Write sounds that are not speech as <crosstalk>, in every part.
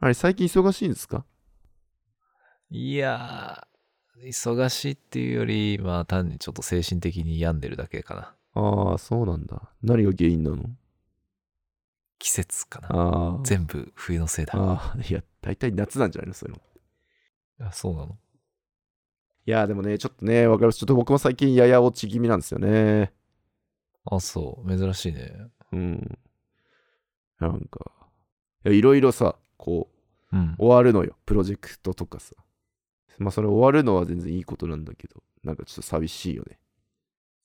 あれ、最近忙しいんですかいやー、忙しいっていうより、まあ単にちょっと精神的に病んでるだけかな。ああ、そうなんだ。何が原因なの季節かな。ああ。全部冬のせいだ。ああ、いや、大体夏なんじゃないのそういうの。あそうなのいや、でもね、ちょっとね、わかります。ちょっと僕も最近やや落ち気味なんですよね。あ、そう。珍しいね。うん。なんか、いやいろいろさ、こう、うん。終わるのよ。プロジェクトとかさ。まあ、それ終わるのは全然いいことなんだけど、なんかちょっと寂しいよね。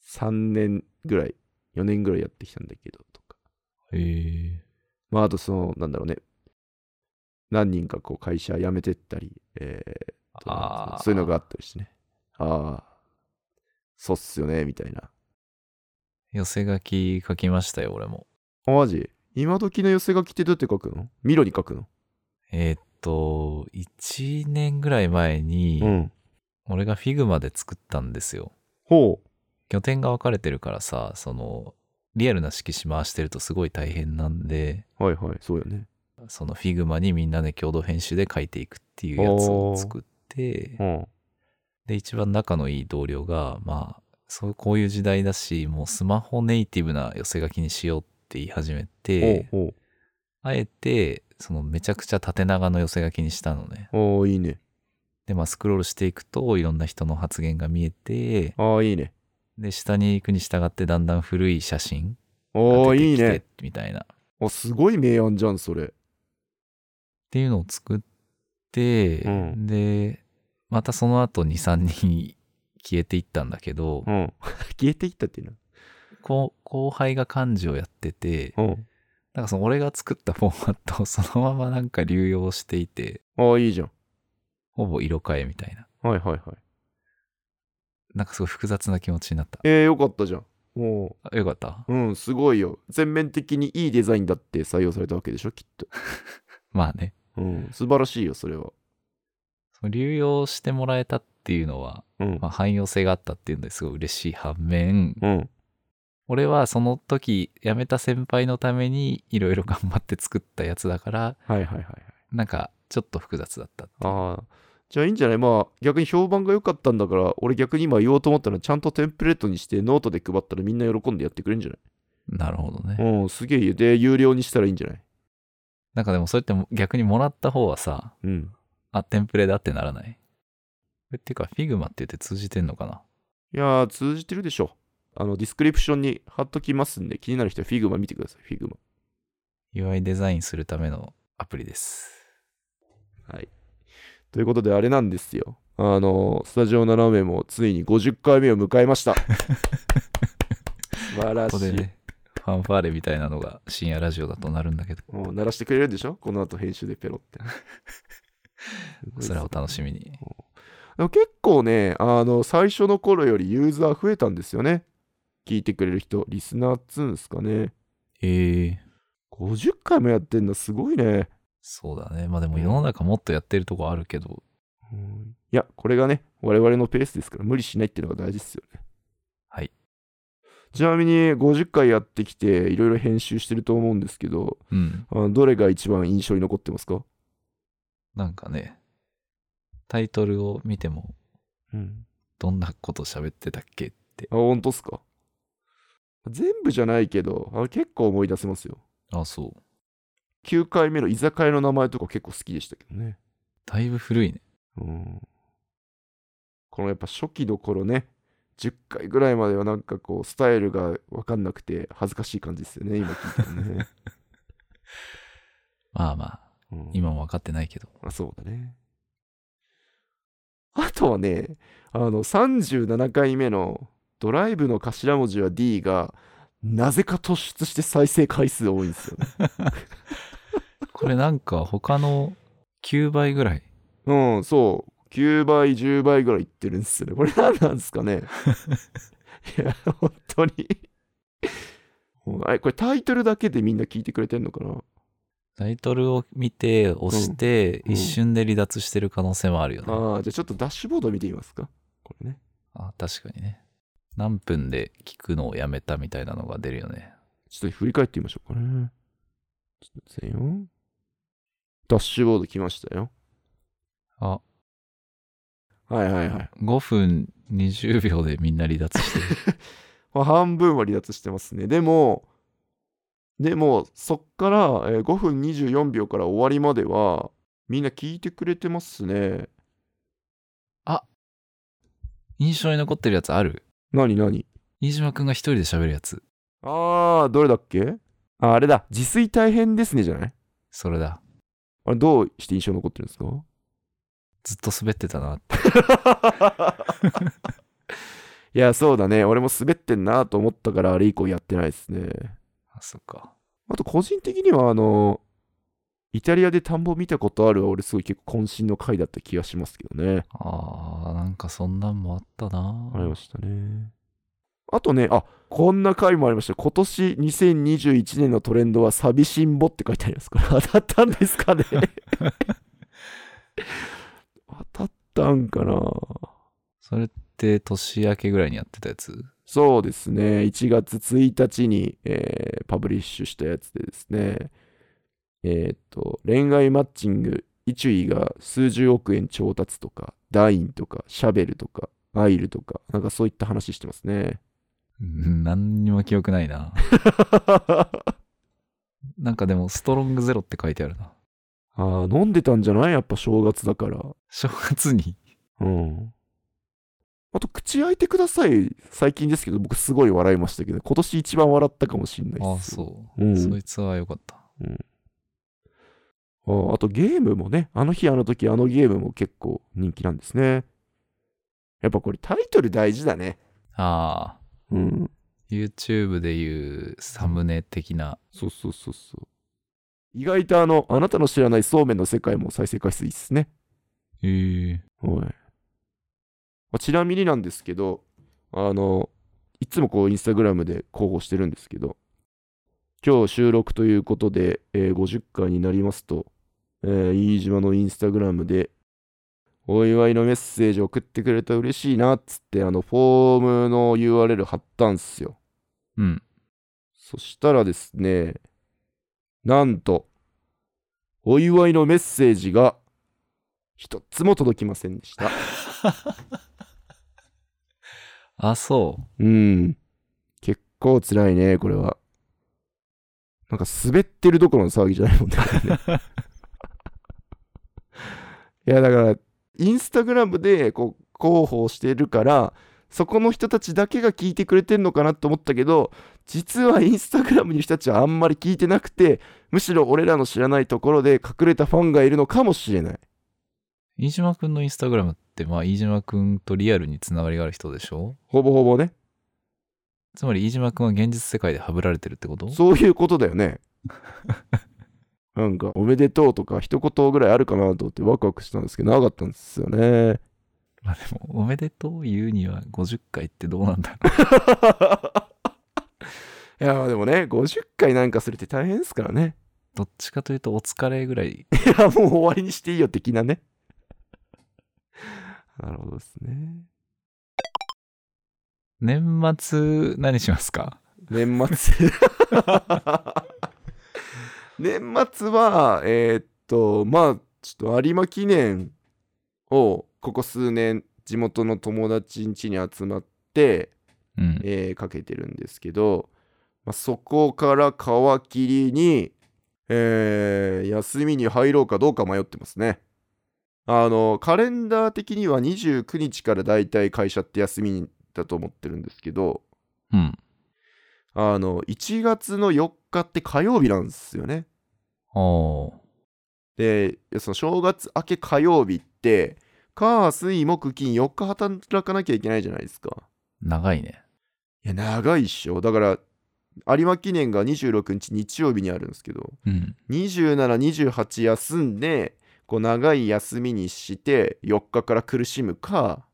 3年ぐらい、4年ぐらいやってきたんだけど、とか。えー、まあ、あとその、なんだろうね。何人かこう会社辞めてったり、えーとあーそういうのがあったりしてね。ああ、そうっすよね、みたいな。寄せ書き書きましたよ、俺も。あマジ今時の寄せ書きってどうやって書くのミロに書くのえーっと、1年ぐらい前に、ん。俺が Figma で作ったんですよ。ほう。拠点が分かれてるからさ、その、リアルな色紙回してるとすごい大変なんで、はいはい、そうよね。その Figma にみんなで共同編集で書いていくっていうやつを作って、ん。で、一番仲のいい同僚が、まあ、そう、こういう時代だし、もうスマホネイティブな寄せ書きにしようって言い始めて、おうあえて、そのめちゃくちゃ縦長の寄せ書きにしたのね。おうおういいね。で、まあ、スクロールしていくと、いろんな人の発言が見えて、ああ、いいね。で、下に行くに従って、だんだん古い写真おがお出いいてきて、ね。みたいな。っあ、すごい明暗じゃん、それ。ていうのを作って、うんで、またその後2、3人消えていったんだけど、ん。 <laughs> 消えていったっていうこう後輩が幹事をやってて、の。うん。なんかその俺が作ったフォーマットを <laughs> そのままなんか流用していて、ああ、いいじゃん。ほぼ色変えみたいな。はいはいはい。なんかすごい複雑な気持ちになった。えー、よかったじゃん。もあよかったう、うん、すごいよ。全面的にいいデザインだって採用されたわけでしょ、きっと。まあね。うん、素晴らしいよ、それは。その流用してもらえたっていうのは、うんまあ、汎用性があったっていうのですごい嬉しい反面、うん。俺はその時辞めた先輩のためにいろいろ頑張って作ったやつだから、はいはいはいはい。なんかちょっと複雑だったっていうああ。じゃあいいんじゃないまあ逆に評判が良かったんだから、俺逆に今言おうと思ったらちゃんとテンプレートにしてノートで配ったらみんな喜んでやってくれるんじゃなるほどね。ないうん、すげえよ。で、有料にしたらいいんじゃないなんかでもそれって逆にもらった方はさ、うん。あ、テンプレだってならない。これっていうか、Figma って言って通じてんのかないやー、通じてるでしょ。あの、ディスクリプションに貼っときますんで、気になる人は Figma 見てください、Figma。 UI デザインするためのアプリです。はい。ということで、あれなんですよ。あの、スタジオ斜めもついに50回目を迎えました。素晴らこしこい。でね、ファンファーレみたいなのが深夜ラジオだとなるんだけど、もう鳴らしてくれるでしょこの後編集でペロって。 <laughs> それをお楽しみに。でも結構ね、あの、最初の頃よりユーザー増えたんですよね。聞いてくれる人、リスナーっつうんですかね。ええ50回もやってんのすごいね。そうだね。まあでも世の中もっとやってるとこあるけど、うんいや、これがね、我々のペースですから、無理しないっていうのが大事ですよね。はい。ちなみに、50回やってきて、いろいろ編集してると思うんですけど、うん。あのどれが一番印象に残ってますかなんかね、タイトルを見ても、うん。どんなこと喋ってたっけって。あ、本当っすか全部じゃないけど、あの結構思い出せますよ。あ、そう。 9回目の居酒屋の名前とか結構好きでしたけどね。だいぶ古いね。うん。このやっぱ初期の頃ね、10回ぐらいまではなんかこう、スタイルが分かんなくて恥ずかしい感じですよね、今聞いてもね。まあまあ、うん今も分かってないけど。あ、そうだね。あとはね、あの、37回目のドライブの頭文字は D が、なぜか突出して再生回数多いんですよね。これなんか他の9倍ぐらい。うん、そう。9倍、10倍ぐらいいってるんですよね。これ何なんですかねいや、本当に。もうあれ、これタイトルだけでみんな聞いてくれてんのかなタイトルを見て、押して、うん一瞬で離脱してる可能性もあるよね。ああ、じゃあちょっとダッシュボード見てみますか。これね。あ、確かにね。何分で聞くのをやめたみたいなのが出るよね。ちょっと振り返ってみましょうかね。ちょっと待ってよ。ダッシュボード来ましたよ。あ、はいはいはい。 5分20秒でみんな離脱して <laughs> る。まあ半分は離脱してますね。でも、でも、そっからえー5分24秒から終わりまでは、みんな聞いてくれてますね。印象に残ってるやつあるなになに飯島くんが一人で喋るやつ。あー、どれだっけあ、あれだ。自炊大変ですね、じゃないそれだ。あれ、どうして印象に残ってるんですかずっと滑ってたなって。いや、そうだね。俺も滑ってんなと思ったから、あれ以降やってないですね。あ、そっか。あと、個人的には、あの、イタリアで田んぼ見たことあるは、俺すごい結構渾身の回だった気がしますけどね。あー、なんかそんなんもあったなありましたね。あとね、あこんな回もありました。今年2021年のトレンドは寂しんぼって書いてありますから、 <laughs> 当たったんですか <laughs> ね当たったんかなそれって年明けぐらいにやってたやつそうですね、1月1日に、えーパブリッシュしたやつでですね、えーっと、恋愛マッチング、イチュイが数十億円調達とか、ダインとか、シャベルとか、アイルとか、なんかそういった話してます <laughs> ね。うん何にも記憶ないな。なんかでも、ストロングゼロって書いてあるな。ああ、飲んでたんじゃないやっぱ正月だから。正月に。うん。あと、口開いてください。最近ですけど、僕すごい笑いましたけど、今年一番笑ったかもしんないあであ、す。。そうんう。。そいつは良かった。あーあと、ゲームもね、あの日あの時あのゲームも結構人気なんですね。やっぱこれタイトル大事だね。ああ、うん。 YouTube でいうサムネ的な。そうそうそうそう。意外とあの、あなたの知らないそうめんの世界も再生回数いいっすね。えー、はいまあちなみになんですけど、あの、いつもこう、インスタグラムで広報してるんですけど、今日収録ということで、えー50回になりますと、えー、飯島のインスタグラムで、お祝いのメッセージ送ってくれたら嬉しいなっつって、あの、フォームの URL 貼ったんすよ。うん。そしたらですね、なんと、お祝いのメッセージが一つも届きませんでした。あ、そう。うん。結構辛いね、これは。なんか滑ってるどころの騒ぎじゃないもんね。これねいや、だから、インスタグラムでこう広報してるから、そこの人たちだけが聞いてくれてんのかなと思ったけど、実はインスタグラムにいる人たちはあんまり聞いてなくて、むしろ俺らの知らないところで隠れたファンがいるのかもしれない。飯島くんのインスタグラムって、まあ、飯島くんとリアルにつながりがある人でしょほぼほぼね。つまり飯島くんは現実世界でハブられてるってことそういうことだよね。 <laughs> なんか、おめでとうとか、一言ぐらいあるかなと思ってワクワクしたんですけど、なかったんですよね。 <laughs> まあでも、おめでとう言うには50回ってどうなん <laughs> だろいや、でもね、50回なんかするって大変ですからね。 <laughs> う。どっちかというと、お疲れぐらい。いや、もう終わりにしていいよ、的なね。 <laughs> なるほどですね。年末、何しますか年末。 <laughs> 年末は、えーっと、まあ、ちょっと有馬記念を、ここ数年、地元の友達ん家に集まって、うん。えーかけてるんですけど、まあ、そこから皮切りに、えー休みに入ろうかどうか迷ってますね。あのカレンダー的には29日からだいたい会社って休みだと思ってるんですけどうん。あの1月の4日って火曜日なんですよね。おー。でその正月明け火曜日って火水木金4日働かなきゃいけないじゃないですか。長いね。いや、長いっしょ。だから、有馬記念が26日日曜日にあるんですけど、うん。 27、28休んで、こう長い休みにして、4日から苦しむか、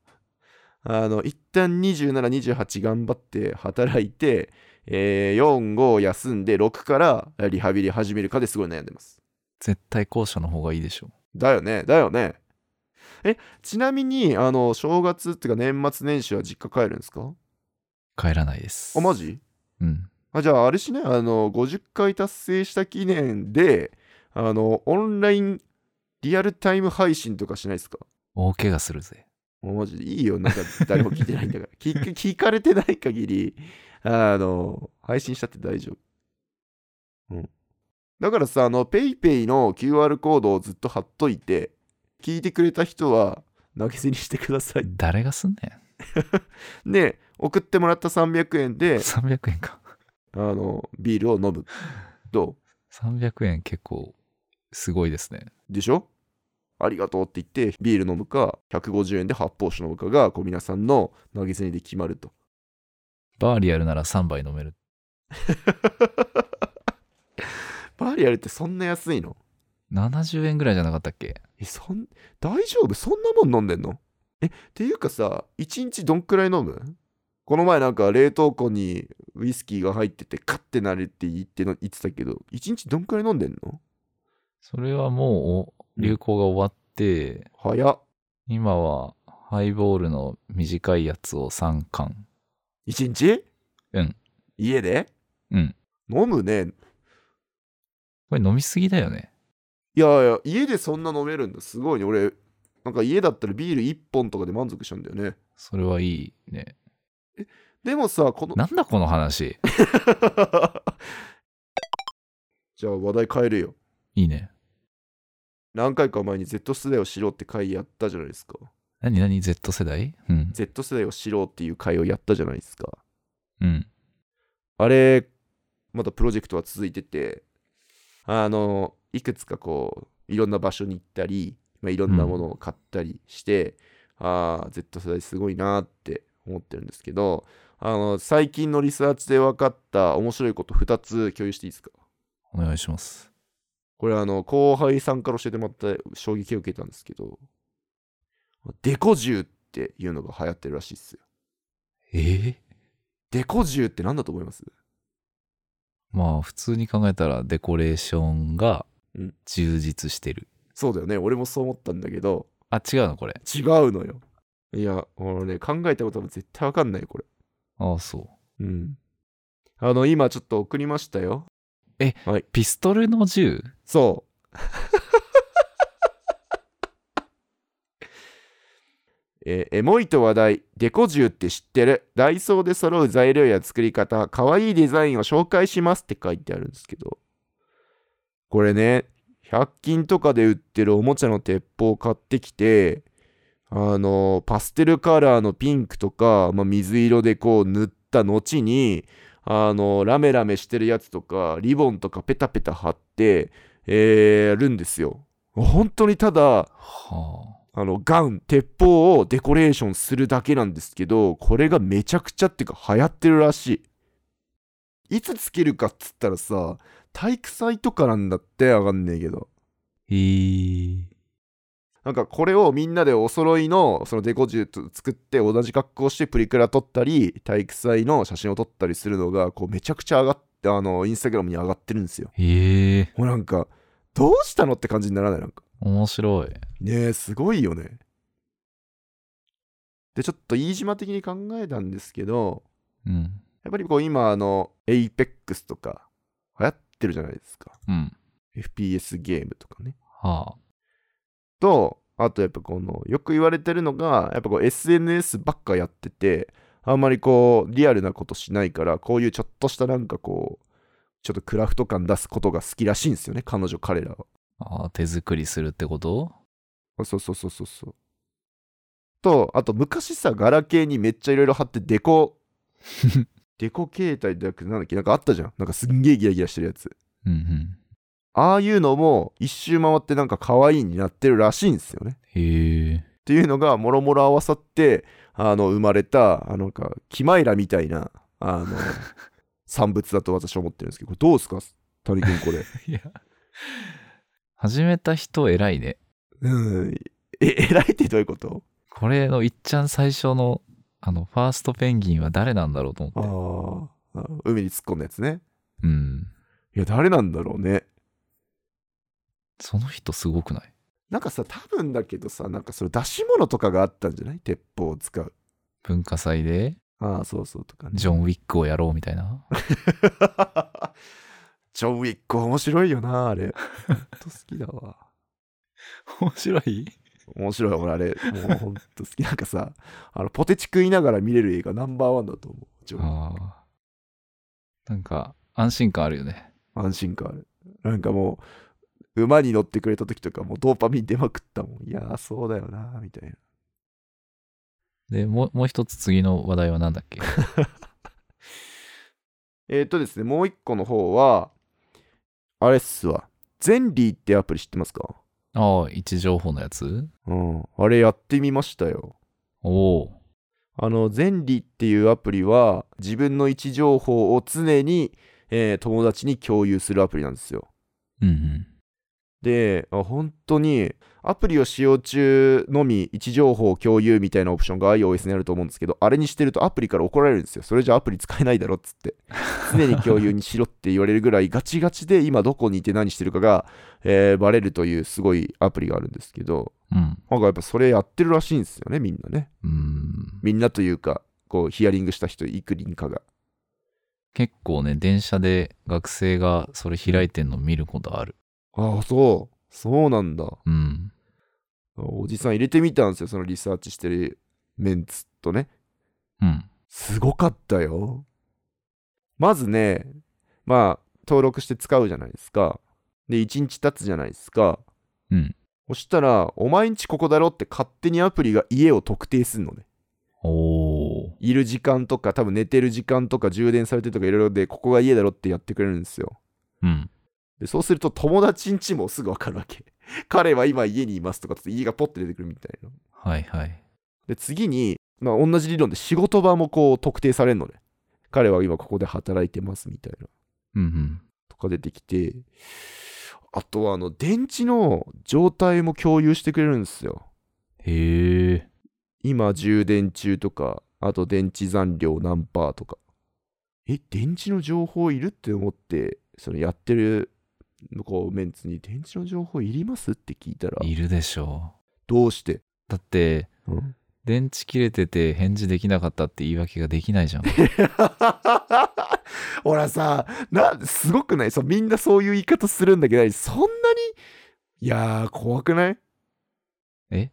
あの、一旦27、28頑張って働いて、えー4、5休んで、6からリハビリ始めるかですごい悩んでます。絶対後者の方がいいでしょ。だよね、だよね。え、ちなみに、あの、正月っていうか年末年始は実家帰るんですか帰らないです。あ、マジうん。あじゃああれしねあの50回達成した記念であのオンラインリアルタイム配信とかしないですか大怪我するぜ。もうマジでいいよなんか誰も聞いてないんだから <laughs> 聞く聞かれてない限りあの配信したって大丈夫うんだからさあの PayPay の QR コードをずっと貼っといて聞いてくれた人は投げ銭してください誰がすんねで送ってもらった300円ん。で300円か。あのビールを飲むどう300円結構すごいですね。でしょありがとうって言ってビール飲むか150円で発泡酒飲むかが小皆さんの投げ銭で決まるとバーリアルなら3杯飲める。バリアルってそんな安いの70円ぐらいじゃなかったっけえそん大丈夫そんなもん飲んでんのえっていうかさ1日どんくらい飲むこの前なんか冷凍庫にウイスキーが入っててカッてなるって言っての言ってたけど1日どんくらい飲んでんのそれはもううん流行が終わって、早っ今はハイボールの短いやつを3缶。 1日うん家でうん飲むねこれ飲みすぎだよね。いやいや、家でそんな飲めるんだ。すごいね。俺、なんか家だったらビール1本とかで満足しちゃうんだよね。それはいいね。でもさ、この。なんだこの話。 <laughs> じゃあ話題変えるよ。いいね。何回か前に Z 世代を知ろうって回やったじゃないですか。何何 ?Z 世代うん。 Z 世代を知ろうっていう回をやったじゃないですか。うん。あれ、またプロジェクトは続いてて、あの、いくつかこう、いろんな場所に行ったり、まあ、いろんなものを買ったりして、ああ、Z 世代すごいなって思ってるんですけど、あの、最近のリサーチで分かった面白いこと2つ共有していいですかお願いします。これあの、後輩さんから教えてもらった衝撃を受けたんですけど、デコ銃っていうのが流行ってるらしいっすよ。えーデコ銃って何だと思いますまあ普通に考えたらデコレーションがうん充実してる。そうだよね。俺もそう思ったんだけど、あ、違うのこれ。違うのよ。いや、俺ね、考えたことも絶対わかんないよ、これ。ああ、そう。うん。あの、今ちょっと送りましたよ。ピストルの銃そう。えーエモいと話題、デコ銃って知ってる、ダイソーで揃う材料や作り方、可愛いデザインを紹介しますって書いてあるんですけど、これね、100均とかで売ってるおもちゃの鉄砲を買ってきて、あの、パステルカラーのピンクとか、まあ、水色でこう塗った後に、あの、ラメラメしてるやつとか、リボンとかペタペタ貼って、えーやるんですよ。本当にただ、はあ。あの、ガン、鉄砲をデコレーションするだけなんですけど、これがめちゃくちゃっていうか流行ってるらしい。いつつけるかっつったらさ、体育祭とかなんだって、わかんねえけど。えー、なんかこれをみんなでお揃いのそのデコ銃と作って同じ格好をしてプリクラ撮ったり体育祭の写真を撮ったりするのがこうめちゃくちゃ上がってあのインスタグラムに上がってるんですよ。えー、もうなんかどうしたのって感じにならないなんか。面白い。ねえすごいよね。でちょっと飯島的に考えたんですけどうん。やっぱりこう今あの APEX とか流行ってるじゃないですか。うん。 FPS ゲームとかね。はあ。と、あとやっぱこの、よく言われてるのが、やっぱこう SNS ばっかやってて、あんまりこう、リアルなことしないから、こういうちょっとしたなんかこう、ちょっとクラフト感出すことが好きらしいんですよね、彼女、彼らは。ああ手作りするってことあそうそうそうそうそう。と、あと昔さ、ガラケーにめっちゃいろいろ貼ってデコ、デコ携帯だけなんだっけなんかあったじゃん。なんかすんげえギラギラしてるやつ。うんうん。ああいうのも一周回ってなんか可愛いになってるらしいんですよね。へえ。っていうのがもろもろ合わさってあの生まれたあのなんかキマイラみたいなあの産物だと私は思ってるんですけどこれどうですか谷君これいや。始めた人偉いね。うんえ偉いってどういうことこれのいっちゃん最初の、あの、ファーストペンギンは誰なんだろうと思って。ああ海に突っ込んだやつねうん。いや誰なんだろうねその人すごくないなんかさ多分だけどさなんかそれ出し物とかがあったんじゃない鉄砲を使う文化祭でああ、そうそうとかね。ジョン・ウィックをやろうみたいな。 <laughs> ジョン・ウィック面白いよな、あれ。ほんと好きだわ。面白い面白い、俺あれ。もうほんと好き。なんかさ、あの、ポテチ食いながら見れる映画ナンバーワンだと思う。ジョンああ。なんか、安心感あるよね。安心感ある。なんかもう、馬に乗ってくれた時とかもうドーパミン出まくったもん。いやー、そうだよな、みたいな。で、もう、もう一つ次の話題は何だっ <laughs> けえっ、とですね、もう一個の方は、あれっすわ。ゼンリーってアプリ知ってますかああ、位置情報のやつうん。あれやってみましたよ。おおあの、ゼンリーっていうアプリは、自分の位置情報を常に、えー友達に共有するアプリなんですよ。ー。うんうん。で、あ本当に、アプリを使用中のみ位置情報共有みたいなオプションが iOS にあると思うんですけど、あれにしてるとアプリから怒られるんですよ。それじゃアプリ使えないだろっつって。 <laughs> 常に共有にしろって言われるぐらいガチガチで今どこにいて何してるかが、えーバレるというすごいアプリがあるんですけど、うん。なんかやっぱそれやってるらしいんですよね、みんなね。うーん。みんなというか、こうヒアリングした人、幾人かが。結構ね、電車で学生がそれ開いてんの見ることある。ああ、そう。そうなんだ。うん。おじさん入れてみたんですよ、そのリサーチしてるメンツとね。うん。すごかったよ。まずね、まあ、登録して使うじゃないですか。で、1日経つじゃないですか。うん。そしたら、お前んちここだろって勝手にアプリが家を特定するのね。おお。いる時間とか、多分寝てる時間とか、充電されてるとか、いろいろで、ここが家だろってやってくれるんですよ。うん。で、そうすると、友達んちもすぐわかるわけ。彼は今家にいますとかつって、家がポッて出てくるみたいな。はいはい。で、次に、まあ、同じ理論で仕事場もこう特定されるのね。彼は今ここで働いてますみたいな。うんうん。とか出てきて、あとはあの、電池の状態も共有してくれるんですよ。へえ。今充電中とか、あと電池残量何パーとか。え、電池の情報いるって思って、そのやってるこうメンツに電池の情報いりますって聞いたら、いるでしょどうして、う。だって、うん、電池切れてて返事できなかったって言い訳ができないじゃん。 <laughs> ほらさな、すごくないそうみんなそういう言い方するんだけど、そんなに、いやー、怖くないえ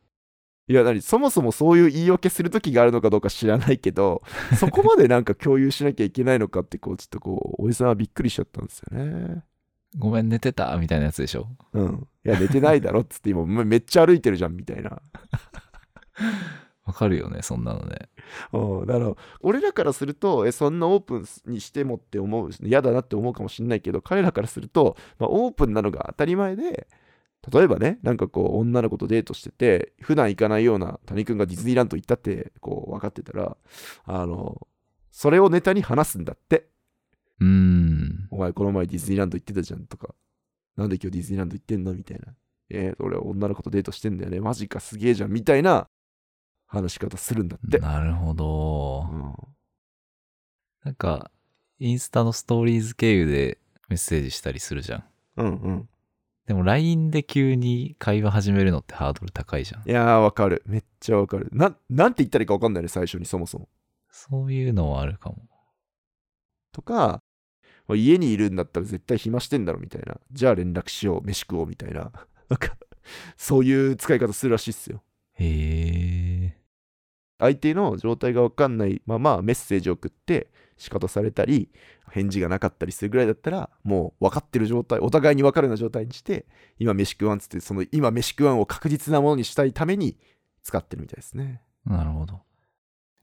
いや、何そもそもそういう言い訳する時があるのかどうか知らないけど、そこまでなんか共有しなきゃいけないのかって、こう、ちょっとこう、おじさんはびっくりしちゃったんですよね。ごめん、寝てたみたいなやつでしょ。うん。いや、寝てないだろっつって、今、めめっちゃ歩いてるじゃん、みたいな。わかるよね、そんなのね。うん、だから俺らからするとえそんなオープンにしてもって思う嫌だなって思うかもしれないけど彼らからすると、まあ、オープンなのが当たり前で例えばねなんかこう女の子とデートしてて普段行かないような谷君がディズニーランド行ったってこう分かってたらあのそれをネタに話すんだってうーん。お前この前ディズニーランド行ってたじゃんとかなんで今日ディズニーランド行ってんのみたいなえー俺女の子とデートしてんだよねマジかすげえじゃんみたいな話し方するんだって、なるほどう。んなんか、インスタのストーリーズ経由でメッセージしたりするじゃん。うんうんでも LINE で急に会話始めるのってハードル高いじゃん。いやー、わかる。めっちゃわかる。な、なんて言ったらいいかわかんないね、最初にそもそも。そういうのはあるかも。とか、家にいるんだったら絶対暇してんだろ、みたいな。じゃあ連絡しよう、飯食おう、みたいな。 <laughs> なんか、そういう使い方するらしいっすよ。へえ。相手の状態がわかんないままメッセージを送って、仕方されたり、返事がなかったりするぐらいだったら、もう分かってる状態、お互いに分かるような状態にして、今飯食わんっつって、その今飯食わんを確実なものにしたいために使ってるみたいですね。なるほど。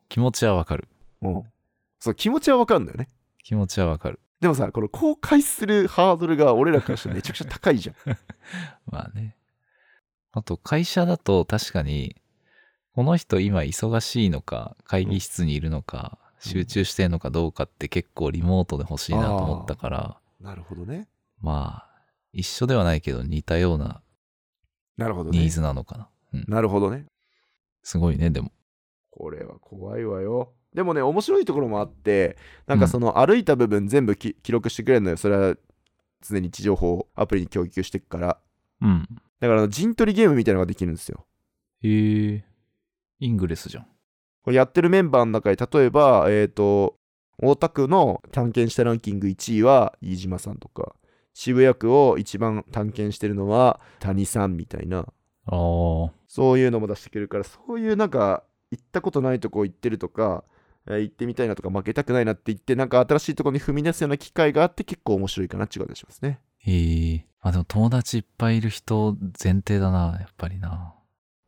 気持ちはわかる。うん。そう、気持ちはわかるんだよね。気持ちはわかる。でもさ、この公開するハードルが俺らからしてめちゃくちゃ高いじゃん。まあね。あと、会社だと確かに、この人今忙しいのか、会議室にいるのか、うん集中してるのかどうかって結構リモートで欲しいなと思ったから、 <laughs> なるほどね。まあ、一緒ではないけど似たようななるほどね。ニーズなのかな。うん、なるほどね。すごいね、でも。これは怖いわよ。でもね、面白いところもあって、なんかその歩いた部分全部き記録してくれるのよ。それは常に位置情報をアプリに供給していくから。うん。だからあの陣取りゲームみたいなのができるんですよ。へえ。イングレスじゃん。これやってるメンバーの中に例えば、えっ、と、大田区の探検したランキング1位は飯島さんとか、渋谷区を一番探検してるのは谷さんみたいな、ああ。そういうのも出してくれるから、そういうなんか、行ったことないとこ行ってるとか、えー行ってみたいなとか、負けたくないなって言って、なんか新しいとこに踏み出すような機会があって、結構面白いかなっていう感じがしますね。ええあ、でも友達いっぱいいる人前提だな、やっぱりな。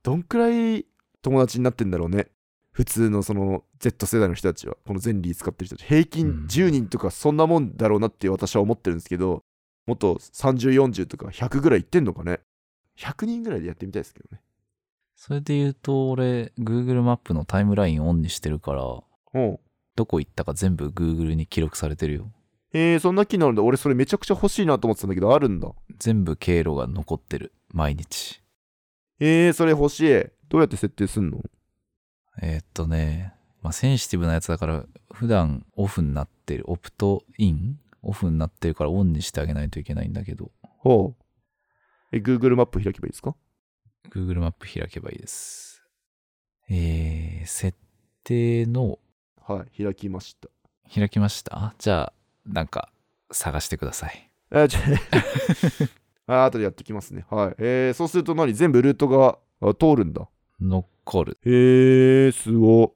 どんくらい友達になってんだろうね。普通のその Z 世代の人たちは、このゼンリー使ってる人たち、平う均ん10人とかそんなもんだろうなって私は思ってるんですけど、もっと30、40とか100ぐらいいってんのかね。100人ぐらいでやってみたいですけどね。それで言うと、俺、Google マップのタイムラインオンにしてるから、うん。どこ行ったか全部 Google に記録されてるよ。えー、そんな機能あるんだ。俺それめちゃくちゃ欲しいなと思ってたんだけど、あるんだ。全部経路が残ってる、毎日。えー、それ欲しい。どうやって設定すんのえーっとね、まあ、センシティブなやつだから、普段オフになってる、オプトインオフになってるからオンにしてあげないといけないんだけど、ほう。え、Google マップ開けばいいですか Google マップ開けばいいです。えー、設定の、はい、開きました。開きましたじゃあ、なんか、探してください。えー、ちょ <laughs> あー、後でやってきますね。はい。えー、そうすると何全部ルートがあ通るんだ。残る。へえ、すご。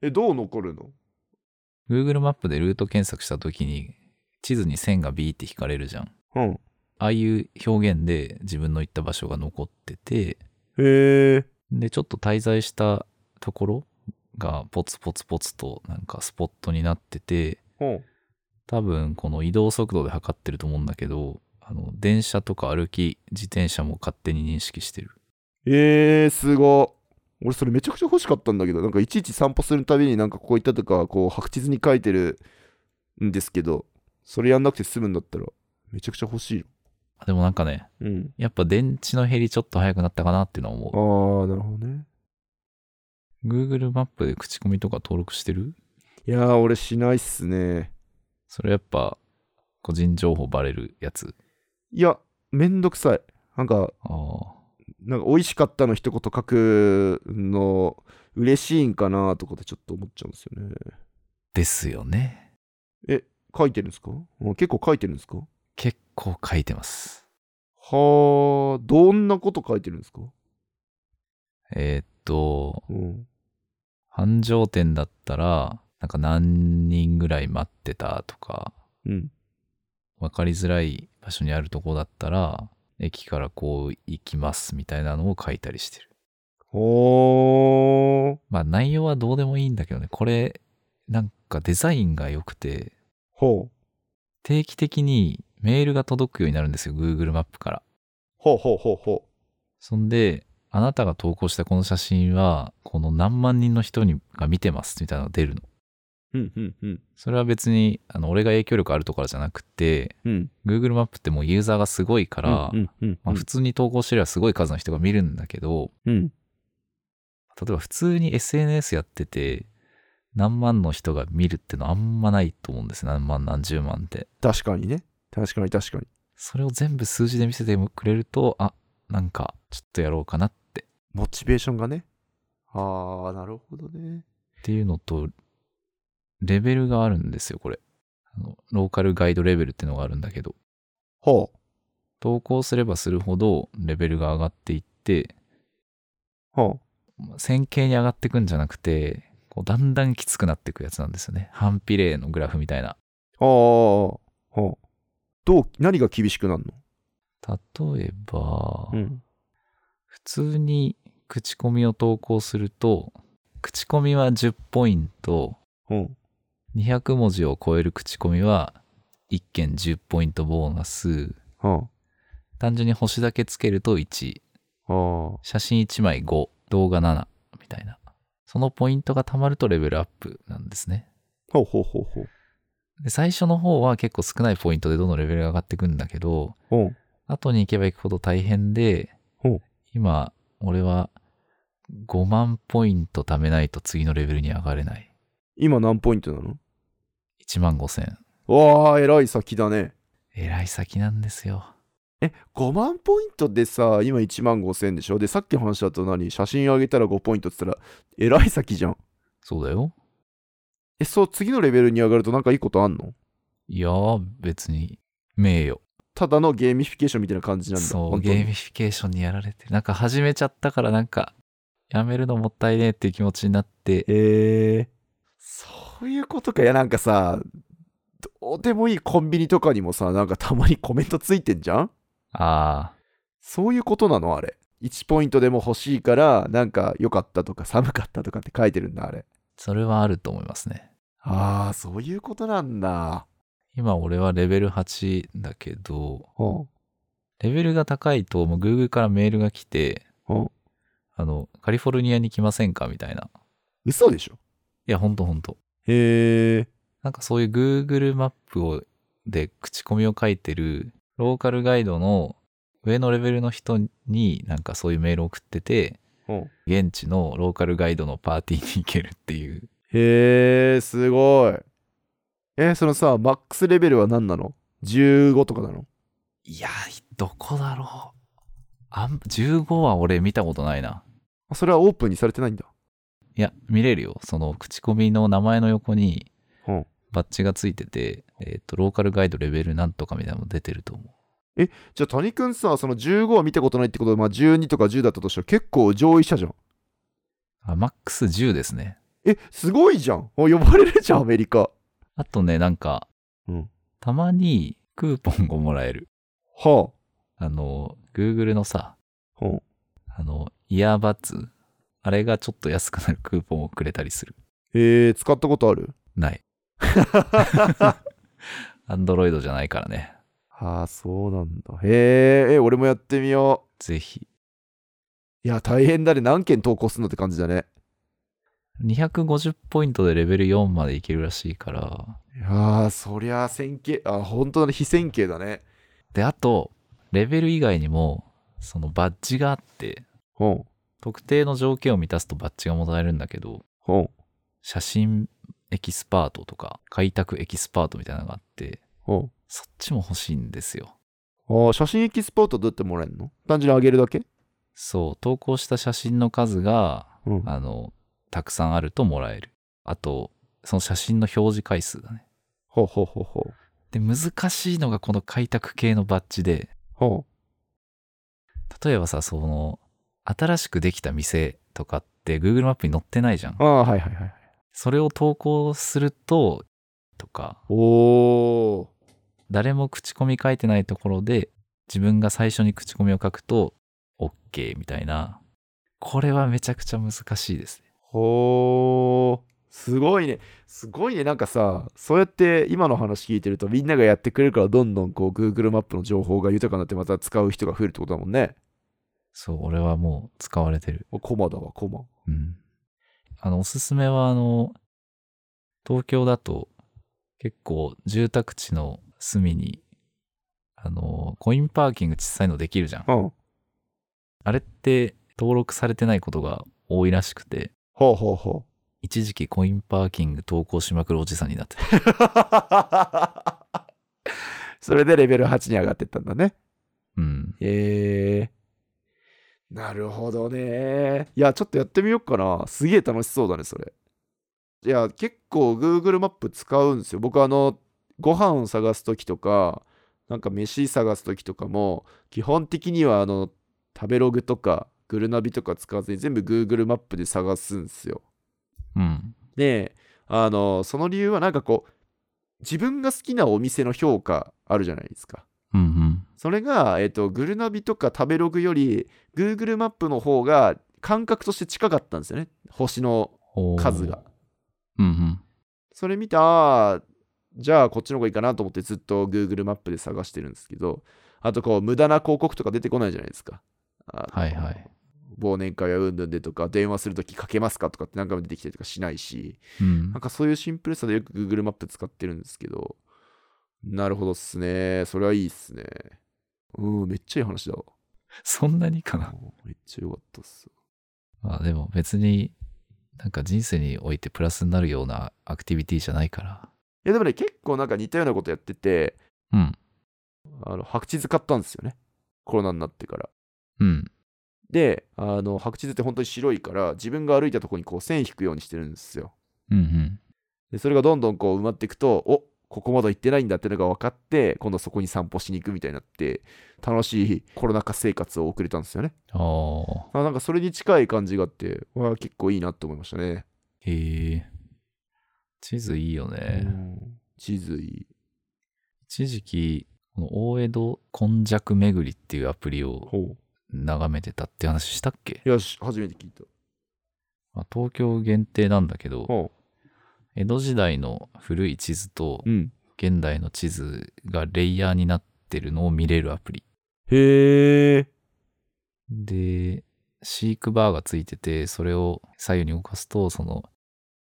え、どう残るの Google マップでルート検索した時に、地図に線がビーって引かれるじゃん。うん。ああいう表現で自分の行った場所が残ってて、へえ。で、ちょっと滞在したところがポツポツポツとなんかスポットになってて、うん。多分この移動速度で測ってると思うんだけど、あの、電車とか歩き、自転車も勝手に認識してる。えー、すご。俺それめちゃくちゃ欲しかったんだけど、なんかいちいち散歩するたびになんかこういったとか、こう白地図に書いてるんですけど、それやんなくて済むんだったら、めちゃくちゃ欲しいよ。あでもなんかね、うん。やっぱ電池の減りちょっと早くなったかなっていうのはあ思ー、なるほどね。う。Google マップで口コミとか登録してるいやー、俺しないっすね。それやっぱ個人情報バレるやつ。いや、めんどくさい。なんか、ああ。なんか美味しかったの一言書くの嬉しいんかなとかってちょっと思っちゃうんですよね。ですよね。書いてるんですかうん結構書いてるんですか結構書いてます。はあ、どんなこと書いてるんですかえーっと、うん。繁盛店だったら、なんか何人ぐらい待ってたとか、うん。わかりづらい場所にあるとこだったら、駅からこう行きますみたいなのを書いたりしてる。はまあ内容はどうでもいいんだけどね、これ、なんかデザインが良くて、あ。ほう。定期的にメールが届くようになるんですよ、Google マップから。ほうほうほうほそんで、あなたが投稿したこの写真は、この何万人の人にが見てますみたいなのが出るの。う。うんうんうん。それは別に、あの、俺が影響力あるとからじゃなくて、うん。 Google マップってもうユーザーがすごいから、うんうんまあ、普通に投稿してればすごい数の人が見るんだけど、うん。例えば普通に SNS やってて、何万の人が見るってのはあんまないと思うんですよ。何万、何十万って。確かにね。確かに確かに。それを全部数字で見せてくれると、あ、なんか、ちょっとやろうかなって。モチベーションがね。ああ、なるほどね。っていうのと、レベルがあるんですよ、これ。あのローカルガイドレベルってのがあるんだけど。ほ投稿すればするほどレベルが上がっていって、う。ほまあ線形に上がっていくんじゃなくて、こうだんだんきつくなっていくやつなんですよね。反比例のグラフみたいう。な。ああ。ほう。どう、何が厳しくなるの例えば、ん。普通に口コミを投稿すると、口コミは10ポイント、うん。 200文字を超える口コミは1件10ポイントボーナス、は単純に星だけつけると1、あ。はあ。写真1枚5、動画7みたいな。そのポイントが貯まるとレベルアップなんですね。ほうほうほうほう。で最初の方は結構少ないポイントでどんどんレベルが上がっていくんだけど、うん。後に行けば行くほど大変でほう、今、俺は5万ポイント貯めないと次のレベルに上がれない。今何ポイントなの1万5千。わあ、えらい先だね。えらい先なんですよ。え、5万ポイントでさ、今1万5千でしょで、さっきの話だと何写真上げたら5ポイントって言ったら、えらい先じゃん。そうだよ。え、そう、次のレベルに上がるとなんかいいことあんのいやー、別に、名誉。ただのゲーミフィケーションみたいな感じなんだ。そう、本当ゲにーミフィケーションにやられてる。なんか始めちゃったから、なんか、やめるのもったいねえっていう気持ちになって、へえそういうことか。いや、なんかさ、どうでもいいコンビニとかにもさ、なんかたまにコメントついてんじゃんあそういうことなのあれ。1ポイントでも欲しいから、なんか良かったとか寒かったとかって書いてるんだ、あれ。ー、それはあると思いますね。ああ、そういうことなんだ。今俺はレベル8だけど、ほレベルが高いと、もう Google からメールが来て、うほうあの、カリフォルニアに来ませんかみたいな。嘘でしょいや、ほんとほんと。へえ。なんかそういう Google マップを、で、口コミを書いてる、ローカルガイドの上のレベルの人に、なんかそういうメールを送ってて、ほう現地のローカルガイドのパーティーに行けるっていう。へえ、すごい。え、そのさ、マックスレベルは何なの ?15 とかなのいや、どこだろう。あん、15は俺見たことないな。あそれはオープンにされてないんだ。いや、見れるよ。その口コミの名前の横にうんバッジがついてて、えっ、と、ローカルガイドレベルなんとかみたいなのも出てると思う。じゃあ谷くんさその15は見たことないってことで、まあ、12とか10だったとしたら結構上位者じゃんあ、マックス10ですね。えすごいじゃんお呼ばれるじゃんアメリカあとね、なんか、うんたまにクーポンをもらえる。はあの、Google のさ、あ、はあ、あの、イヤーバッツ、あれがちょっと安くなるクーポンをくれたりする。えー、使ったことあるない。アンドロイドじゃないからね。ああそうなんだへーえ俺もやってみよぜひ。ういや大変だね何件投稿するのって感じだね250ポイントでレベル4までいけるらしいから。いやーそりゃあ線形あ本当だね非線形だねで、あと、レベル以外にも、そのバッジがあって、ほん特定の条件を満たすとバッジがもらえるんだけど、ほん写真エキスパートとか、開拓エキスパートみたいなのがあって、ほそっちも欲しいんですよ。んあー写真エキスポートどうやってもらえるの単純にあげるだけそう、投稿した写真の数が、うんあの、たくさんあるともらえる。あと、その写真の表示回数だね。ほうほうほうほうで、難しいのがこの開拓系のバッジで、ほ例えばさ、その、新しくできた店とかって Google マップに載ってないじゃんう。ああーはいはいはいそれを投稿すると、とか、おお誰も口コミ書いてないところで、自分が最初に口コミを書くと、OK みたいな。これはめちゃくちゃ難しいですね。ほーすごいねすごいねなんかさそうやって今の話聞いてるとみんながやってくれるからどんどんこう Google マップの情報が豊かになってまた使う人が増えるってことだもんねそう、俺はもう使われてる。おコマだわコマうん。あの、おすすめは、あの、東京だと、結構住宅地の隅に、あの、コインパーキング小さいのできるじゃん。うんあれって登録されてないことが多いらしくて、ほうほう <laughs> ほう一時期コインパーキング投稿しまくるおじさんになってた。それでレベル8に上がってったんだねうん。へえなるほどねいやちょっとやってみようかなすげえ楽しそうだねそれいや結構 Google マップ使うんですよ僕あのご飯を探す時とかなんか飯探す時とかも基本的にはあの食べログとかグルナビとか使わずに全部 Google マップで探すんですようん。であのその理由はなんかこう自分が好きなお店の評価あるじゃないですかうんうん。それが、えっとグルナビとか食べログより Google マップの方が感覚として近かったんですよね星のおー数が。うんうん。それ見てああじゃあこっちの方がいいかなと思ってずっと Google マップで探してるんですけどあとこう無駄な広告とか出てこないじゃないですか。あのはいはい。忘年会はうんぬんでとか電話するときかけますかとかって何回も出てきたりとかしないしうんなん。かそういうシンプルさでよく Google マップ使ってるんですけどなるほどっすねそれはいいっすねうんめっちゃいい話だわそんなにかな。もう <laughs> めっちゃ良かったっすよ。まあでも別に、なんか人生においてプラスになるようなアクティビティじゃないから。いやでもね、結構なんか似たようなことやってて、うん。あの白地図買ったんですよね。コロナになってから。うん。であの白地図って本当に白いから自分が歩いたとこにこう線引くようにしてるんですようんうん。でそれがどんどんこう埋まっていくとおここまだ行ってないんだってのが分かって今度そこに散歩しに行くみたいになって楽しいコロナ禍生活を送れたんですよねああ。あなんかそれに近い感じがあってわあ結構いいなって思いましたね、へえ。地図いいよね。うん地図いい一時期、この大江戸根弱巡りっていうアプリをほ眺めてたって話したっけう、よし初めて聞いたまあ、東京限定なんだけど、ほ江戸時代の古い地図とううん現代の地図がレイヤーになってるのを見れるアプリ。へえで、シークバーがついてて、それを左右に動かすと、その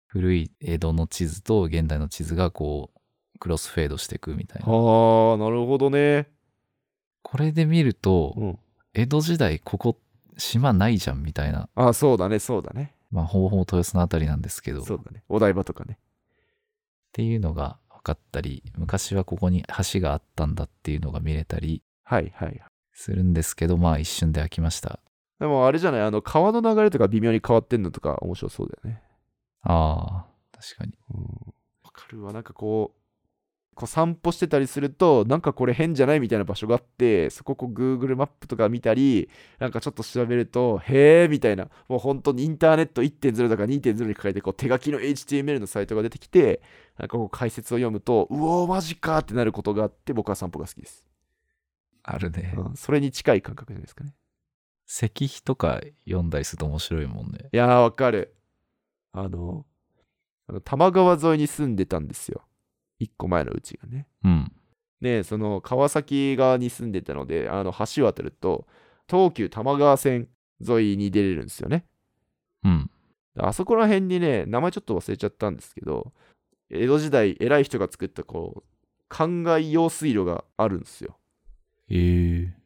古い江戸の地図と現代の地図がこう、クロスフェードしていくみたいな。はあなるほどねこれで見ると、うん江戸時代ここ島ないじゃんみたいな、あそうだねそうだねまあ、ほぼほぼ豊洲のあたりなんですけど、そっうだねお台場とかねていうのが分かったり、昔はここに橋があったんだっていうのが見れたりはいはいするんですけど、まあ一瞬で飽きました。でもあれじゃないあの川の流れとか微妙に変わってんのとか面白そうだよねああ、確かに。わ、かるわなんかこうこう散歩してたりするとなんかこれ変じゃないみたいな場所があってそここう Google マップとか見たりなんかちょっと調べるとへえみたいなもう本当にインターネット1.0だから2.0に書いてこう手書きの HTML のサイトが出てきてなんかこう解説を読むとうおーマジかってなることがあって僕は散歩が好きです、あるね。うん、それに近い感覚じゃないですかね石碑とか読んだりすると面白いもんね。いやーわかるあのあの多摩川沿いに住んでたんですよ1個前のうちがねうん。ね、その川崎側に住んでたので、あの橋渡ると、東急多摩川線沿いに出れるんですよね。うん。あそこら辺にね、名前ちょっと忘れちゃったんですけど、江戸時代偉い人が作ったこう、灌漑用水路があるんですよ。ええ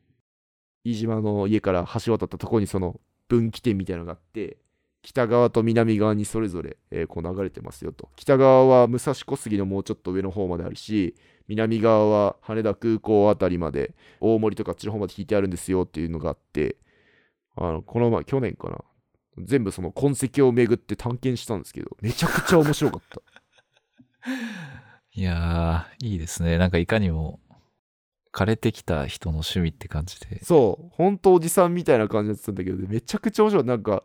飯島の家から橋渡ったとこにその分岐点みたいなのがあって、北側と南側にそれぞれ、えーこう流れてますよと。北側は武蔵小杉のもうちょっと上の方まであるし、南側は羽田空港あたりまで、大森とかあっちの方まで引いてあるんですよっていうのがあって、あのこの前、去年かな。全部その痕跡を巡って探検したんですけど、めちゃくちゃ面白かった。いやー、いいですね。なんかいかにも枯れてきた人の趣味って感じで。そう、本当おじさんみたいな感じだったんだけど、めちゃくちゃ面白い。なんか、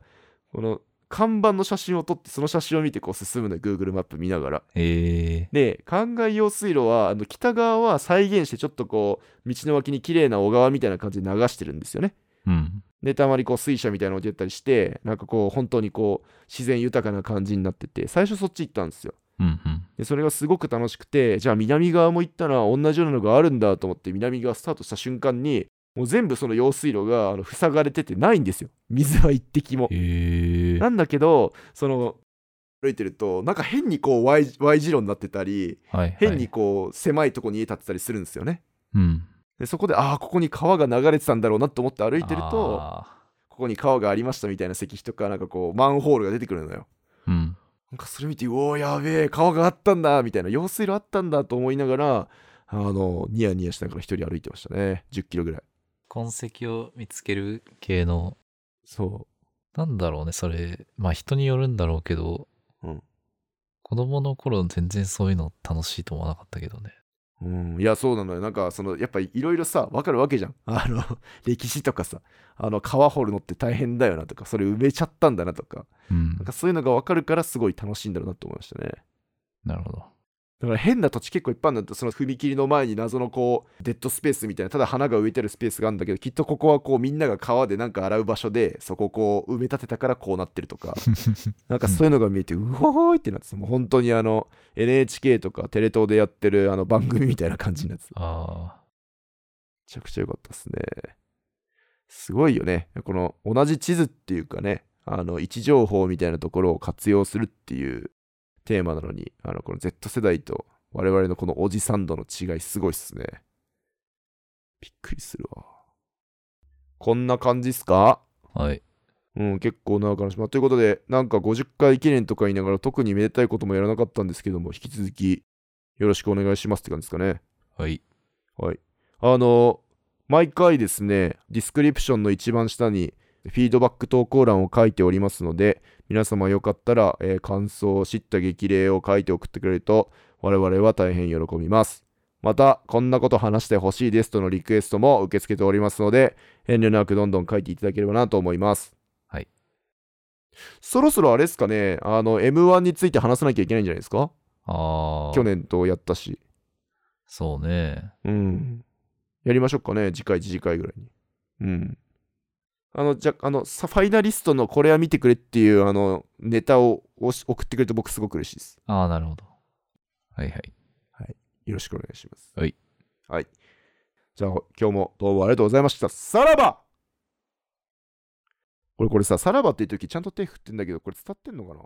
この看板の写真を撮って、その写真を見てこう進むのよ、Google マップ見ながら。ええで、灌漑用水路は、あの北側は再現して、ちょっとこう、道の脇に綺麗な小川みたいな感じで流してるんですよね。うん。で、たまにこう水車みたいなの置いてったりして、なんかこう、本当にこう、自然豊かな感じになってて、最初そっち行ったんですよ。うんうん。でそれがすごく楽しくてじゃあ南側も行ったら同じようなのがあるんだと思って南側スタートした瞬間にもう全部その用水路があの塞がれててないんですよ水は一滴も。ええなんだけどその歩いてるとなんか変にこう Y, y 字路になってたりはい、はい。変にこう狭いとこに家建ってたりするんですよね。うん。でそこでああここに川が流れてたんだろうなと思って歩いてるとあここに川がありましたみたいな石碑とかなんかこうマンホールが出てくるのよ。ーうん。なんかそれ見て、うおー、やべえ、川があったんだ、みたいな、用水路あったんだと思いながら、あの、ニヤニヤしながら一人歩いてましたね。10キロぐらい。痕跡を見つける系の、そなんだろうね、それ。まあ人によるんだろうけど、うん子供の頃全然そういうの楽しいと思わなかったけどね。う。うん、いや、そうなのよ。なんか、その、やっぱいろいろさ、わかるわけじゃん。あの、 <laughs> 歴史とかさ、あの、川掘るのって大変だよなとか、それ埋めちゃったんだなとか、うんなん。かそういうのがわかるから、すごい楽しいんだろうなと思いましたね。なるほど。 <laughs> だから変な土地結構いっぱいあるんだってその踏切の前に謎のこうデッドスペースみたいなただ花が植えてあるスペースがあるんだけどきっとここはこうみんなが川でなんか洗う場所でそこをこう埋め立てたからこうなってるとかなんかそういうのが見えてうおーいってなってたもう本当にあの NHK とかテレ東でやってるあの番組みたいな感じになってためあちゃくちゃ良かったですねすごいよねこの同じ地図っていうかねあの位置情報みたいなところを活用するっていうテーマなのにあのこの Z 世代と我々のこのおじさん度の違いすごいっすねびっくりするわこんな感じっすかあ。はい。うん結構長く話しまということでなんか50回記念とか言いながら特にめでたいこともやらなかったんですけども引き続きよろしくお願いしますって感じですかねはい。はい。あの、毎回ですね、ディスクリプションの一番下に、フィードバック投稿欄を書いておりますので、皆様よかったら、えー感想、知った激励を書いて送ってくれると、我々は大変喜びます。また、こんなこと話してほしいですとのリクエストも受け付けておりますので、遠慮なくどんどん書いていただければなと思います。はい。そろそろあれですかね、あの、M1 について話さなきゃいけないんじゃないですかああ。去年とやったし。そうね。うん。やりましょうかね、次回、次回ぐらいに。うん。あの、じゃ、あの、さファイナリストのこれは見てくれっていう、あの、ネタをおし送ってくれて僕すごく嬉しいです。ああ、なるほど。はいはい。よろしくお願いします。はい。はい。じゃあ、今日もどうもありがとうございました。さらばこれ、これさ、さらばっていう時ちゃんと手振ってんだけど、これ伝わってんのかな